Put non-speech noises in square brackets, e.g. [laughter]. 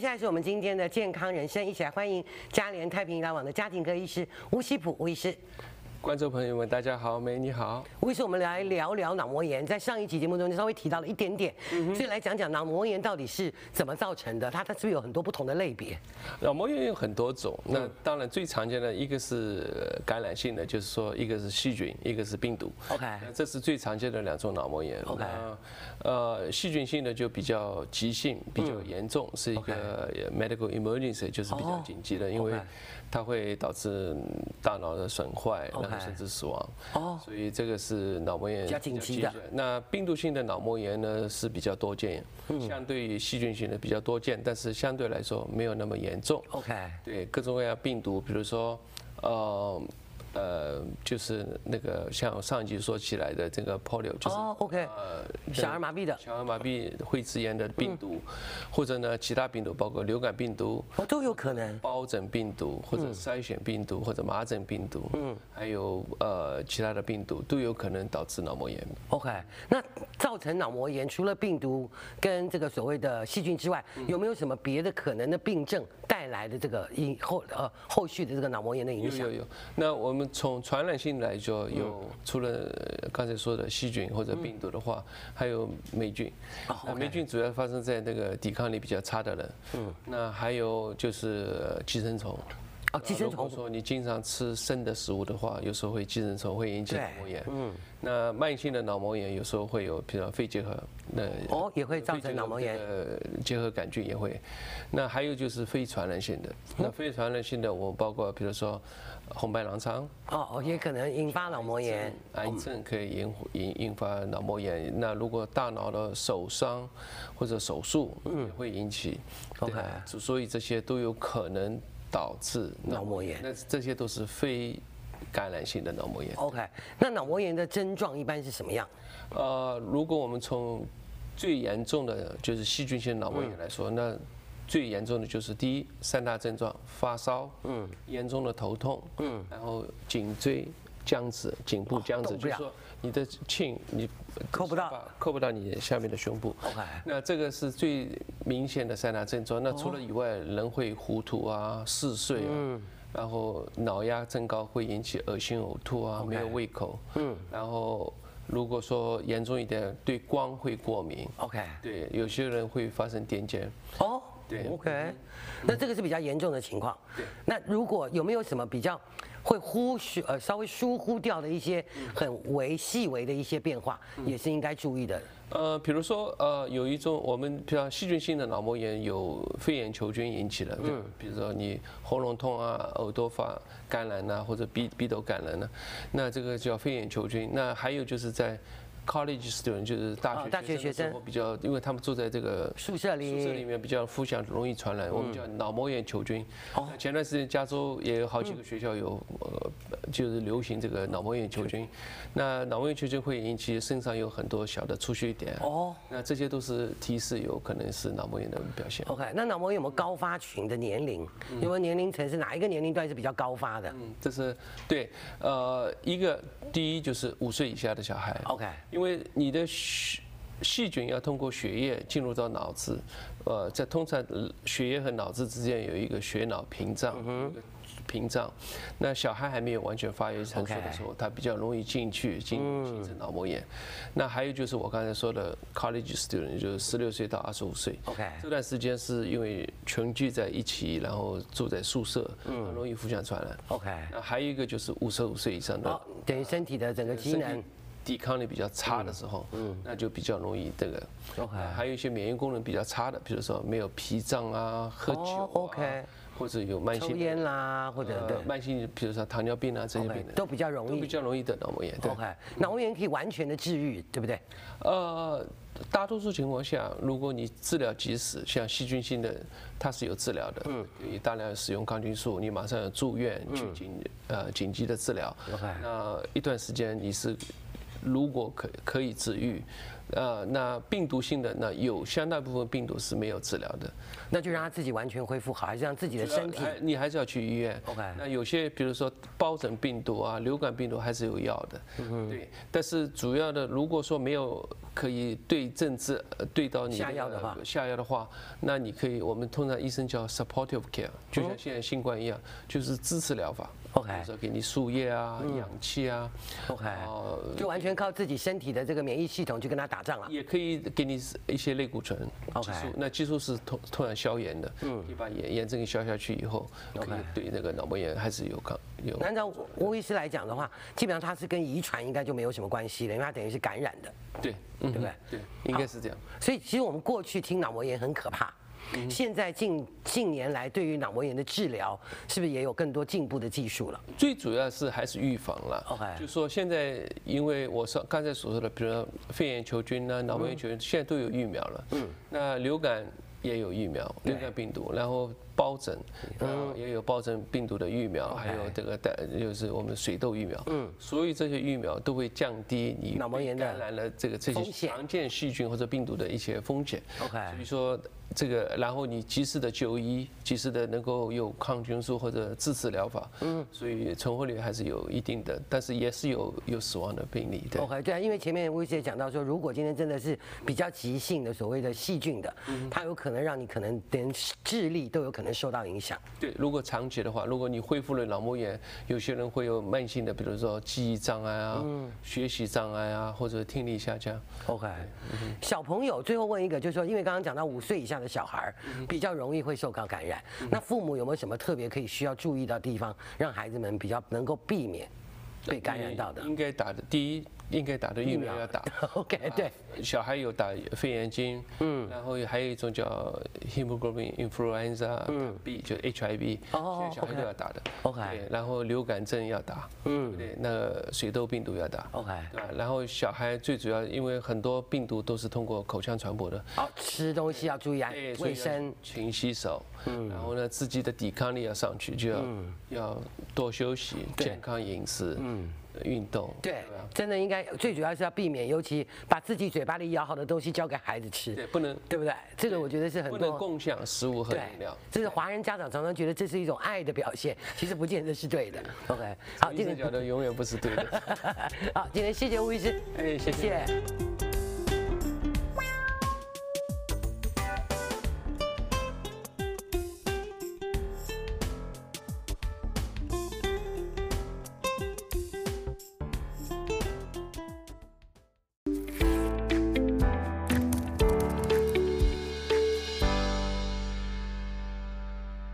下来是我们今天的健康人生，一起来欢迎嘉联太平医疗网的家庭科医师吴喜普吴医师。观众朋友们，大家好，美你好。吴医师，我们来聊聊脑膜炎，在上一期节目中就稍微提到了一点点，所以来讲讲脑膜炎到底是怎么造成的，它它是不是有很多不同的类别？脑膜炎有很多种，嗯那当然最常见的一个是呃感染性的，就是说一个是细菌，一个是病毒。 OK 那这是最常见的两种脑膜炎。 OK 那呃，细菌性的就比较急性，比较严重，是一嗯 OK 个呃 medical emergency，就是比较哦紧急的，因为 OK 它会导致大脑的损坏，然 OK 后甚至死亡。哦所以这个是脑膜炎比较紧急的。那病毒性的脑膜炎呢是比较多见，嗯相对于细菌性的比较多见，但是相对来说没有那么严重。 ，OK，对各种各样的病毒，比如说，呃。呃，就是那个像上一集说起来的这个 polio，就是、哦，OK，呃小儿麻痹的嗯小儿麻痹会致炎的病毒，或者呢其他病毒，包括流感病毒、哦都有可能。疱疹病毒，或者筛选病毒，或者麻疹病毒，嗯，还有呃其他的病毒都有可能导致脑膜炎。 OK，那造成脑膜炎除了病毒跟这个所谓的细菌之外，嗯有没有什么别的可能的病症带来的这个以后呃后续的这个脑膜炎的影有响嗯有？有，那我们从传染性来说，有除了呃刚才说的细菌或者病毒的话，嗯还有霉菌。哦那霉菌主要发生在那个抵抗力比较差的人。嗯，那还有就是呃寄生虫。哦，寄生啊如果虫说你经常吃生的食物的话，有时候会寄生虫会引起对脑膜炎。嗯，那慢性的脑膜炎有时候会有，比如说肺结核，那哦也会造肺结成核脑膜炎这。个结核杆菌也会。那还有就是非传染性的，哦那非传染性的我包括比如说红白狼疮、哦哦，也可能引发脑膜炎。癌症可以引引引发脑膜炎。那如果大脑的手伤或者手术也会引起，对 OK 所所以这些都有可能导致脑膜炎那这些都是非感染性的脑膜炎。 OK，那脑膜炎的症状一般是什么样？呃，如果我们从最严重的就是细菌性脑膜嗯炎来说，那最严重的就是第一三大症状：发烧，嗯，严重的头痛，嗯，然后颈椎僵直、颈部僵直，哦动不就了是说你的颈你扣不到，扣不到你下面的胸部。 OK [laughs] 那这个是最明显的三大症状。那除了以外，人会糊涂啊、嗜睡啊。然后脑压增高会引起恶心、呕吐啊，没有胃口。嗯。然后如果说严重一点，对光会过敏。 OK，对，有些人会发生癫痫。哦，对，OK，那嗯这个是比较严重的情况。那如果有没有什么比较会忽视呃稍微疏忽掉的一些很微细微的一些变化，也是应该注意的。呃，比如说，呃，有一种我们比较细菌性的脑膜炎，有肺炎球菌引起的，嗯，比如说你喉咙痛啊、耳朵发感染呐、或者鼻鼻窦感染呐、那这个叫肺炎球菌。那还有就是在 college student，就是哦大学大学的时学生候比较，因为他们住在这个宿舍里嗯宿舍里面比较互相容易传染，我们叫脑膜炎球菌。哦那前段时间加州也有好几个学校有，呃，就是流行这个脑膜炎球菌。那脑膜炎球菌会引起身上有很多小的出血点。哦那这些都是提示，有可能是脑膜炎的表现。 OK，那脑膜炎有没有高发群的年龄？有没有年龄层是哪一个年龄段是比较高发的？嗯，这是对，呃，一个第一就是五岁以下的小孩 OK 因为你的细细菌要通过血液进入到脑子，呃，在通常呃血液和脑子之间有一个血脑屏障。有一个屏障，那小孩还没有完全发育成熟 OK 的时候他比较容易进去进形成脑膜炎。那还有就是我刚才说的 college student，就是十六岁到二十五岁。 OK 这段时间是因为群聚在一起，然后住在宿舍，很容易互相传染。 OK 那还有一个就是五十五岁以上哦的，等于身体的整个机身能体抵抗力比较差的时候，嗯，那就比较容易这个。 OK 那还有一些免疫功能比较差的，比如说没有脾脏啊、喝酒啊、哦，OK 或者有慢性抽的烟啦，或者呃对慢性，比如说糖尿病啊这些病 OK，人，都比较容都比易。较容易得脑膜炎。对， OK，脑膜炎可以完全的治愈，对不对？呃，大多数情况下，如果你治疗及时，像细菌性的，它是有治疗的，嗯，你大量使用抗菌素，你马上要住院去紧、呃紧急的治疗 OK，那一段时间你是如果可可以治愈，呃，那病毒性的那有相当部分病毒是没有治疗的，那就让他自己完全恢复好，还是让自己的身体呃还你还是要去医院。 OK 那有些比如说疱疹嗯病毒啊、流感病毒还是有药的，对。但是主要的，如果说没有可以对症治呃对到你呃下药的话下药的话，那你可以我们通常医生叫 supportive care，嗯就像现在新冠一样，就是支持疗法。 OK 比如说给你输液啊、氧气啊，哎嗯 OK，哦就完全靠自己身体的这个免疫系统去跟他打仗了。也可以给你一些类固醇激 OK 素，那激素是通通然消炎的，嗯，你把炎炎症给消下去以后，可以对那个脑膜炎还是有抗有。按照吴医师来讲的话，基本上他是跟遗传应该就没有什么关系了，因为他等于是感染的，对，对嗯，不对？对，应该是这样。所以其实我们过去听脑膜炎很可怕，嗯现在近近年来对于脑膜炎的治疗，是不是也有更多进步的技术了？最主要是还是预防了。 OK 就说现在，因为我上刚才所说的，比如说肺炎球菌呐、脑膜炎球嗯菌，现在都有疫苗了。嗯，那流感。也有疫苗，流感病嗯毒，然后疱疹，嗯，也有疱疹病毒的疫苗，还有这个带就是我们水痘疫苗，嗯，所以这些疫苗都会降低你脑膜炎的感染了这个这风些险常见细菌或者病毒的一些风险。 OK 所以说这个，然后你及时的就医，及时的能够有抗菌素或者支持疗法，嗯，所以存活率还是有一定的，但是也是有有死亡的病例，对。 OK，对啊，因为前面吴医师也讲到说，如果今天真的是比较急性的所谓的细菌的，嗯它有可能让你可能连智力都有可能受到影响。对，如果长期的话，如果你恢复了脑膜炎，有些人会有慢性的，比如说记忆障碍啊、学习障碍啊，或者听力下降。 OK，小嗯朋友最后问一个，就是说，因为刚刚讲到五岁以下的小孩儿嗯比较容易会受到感染，那父母有没有什么特别可以需要注意的地方，让孩子们比较能够避免被感染到的应该打的第一应该打的疫苗苗要打。 ？OK，对，啊小孩有打肺炎菌，嗯，然后还有一种叫 hemoglobin influenza B，就是 HIV，嗯哦所以小孩 OK 都要打的。 OK 对，然后流感针要打，嗯，对，那个水痘病毒要打 OK 对吧？然后小孩最主要，因为很多病毒都是通过口腔传播的，好，吃东西要注意啊对，所以卫要生。嗯勤洗手，然后呢，自己的抵抗力要上去，就要要多休息，健康饮食，嗯，运动，对吧，真的应该最主要是要避免，尤其把自己嘴巴里咬好的东西交给孩子吃，对，不能对不对？这个我觉得是很不多能共享食物和对饮料。，这是华人家长常常觉得这是一种爱的表 [laughs] 现，其实不见得是对的。OK，好，医 [laughs] 今生天 [laughs] 讲的永远不是对的。好，今天谢谢吴医师，哎谢谢谢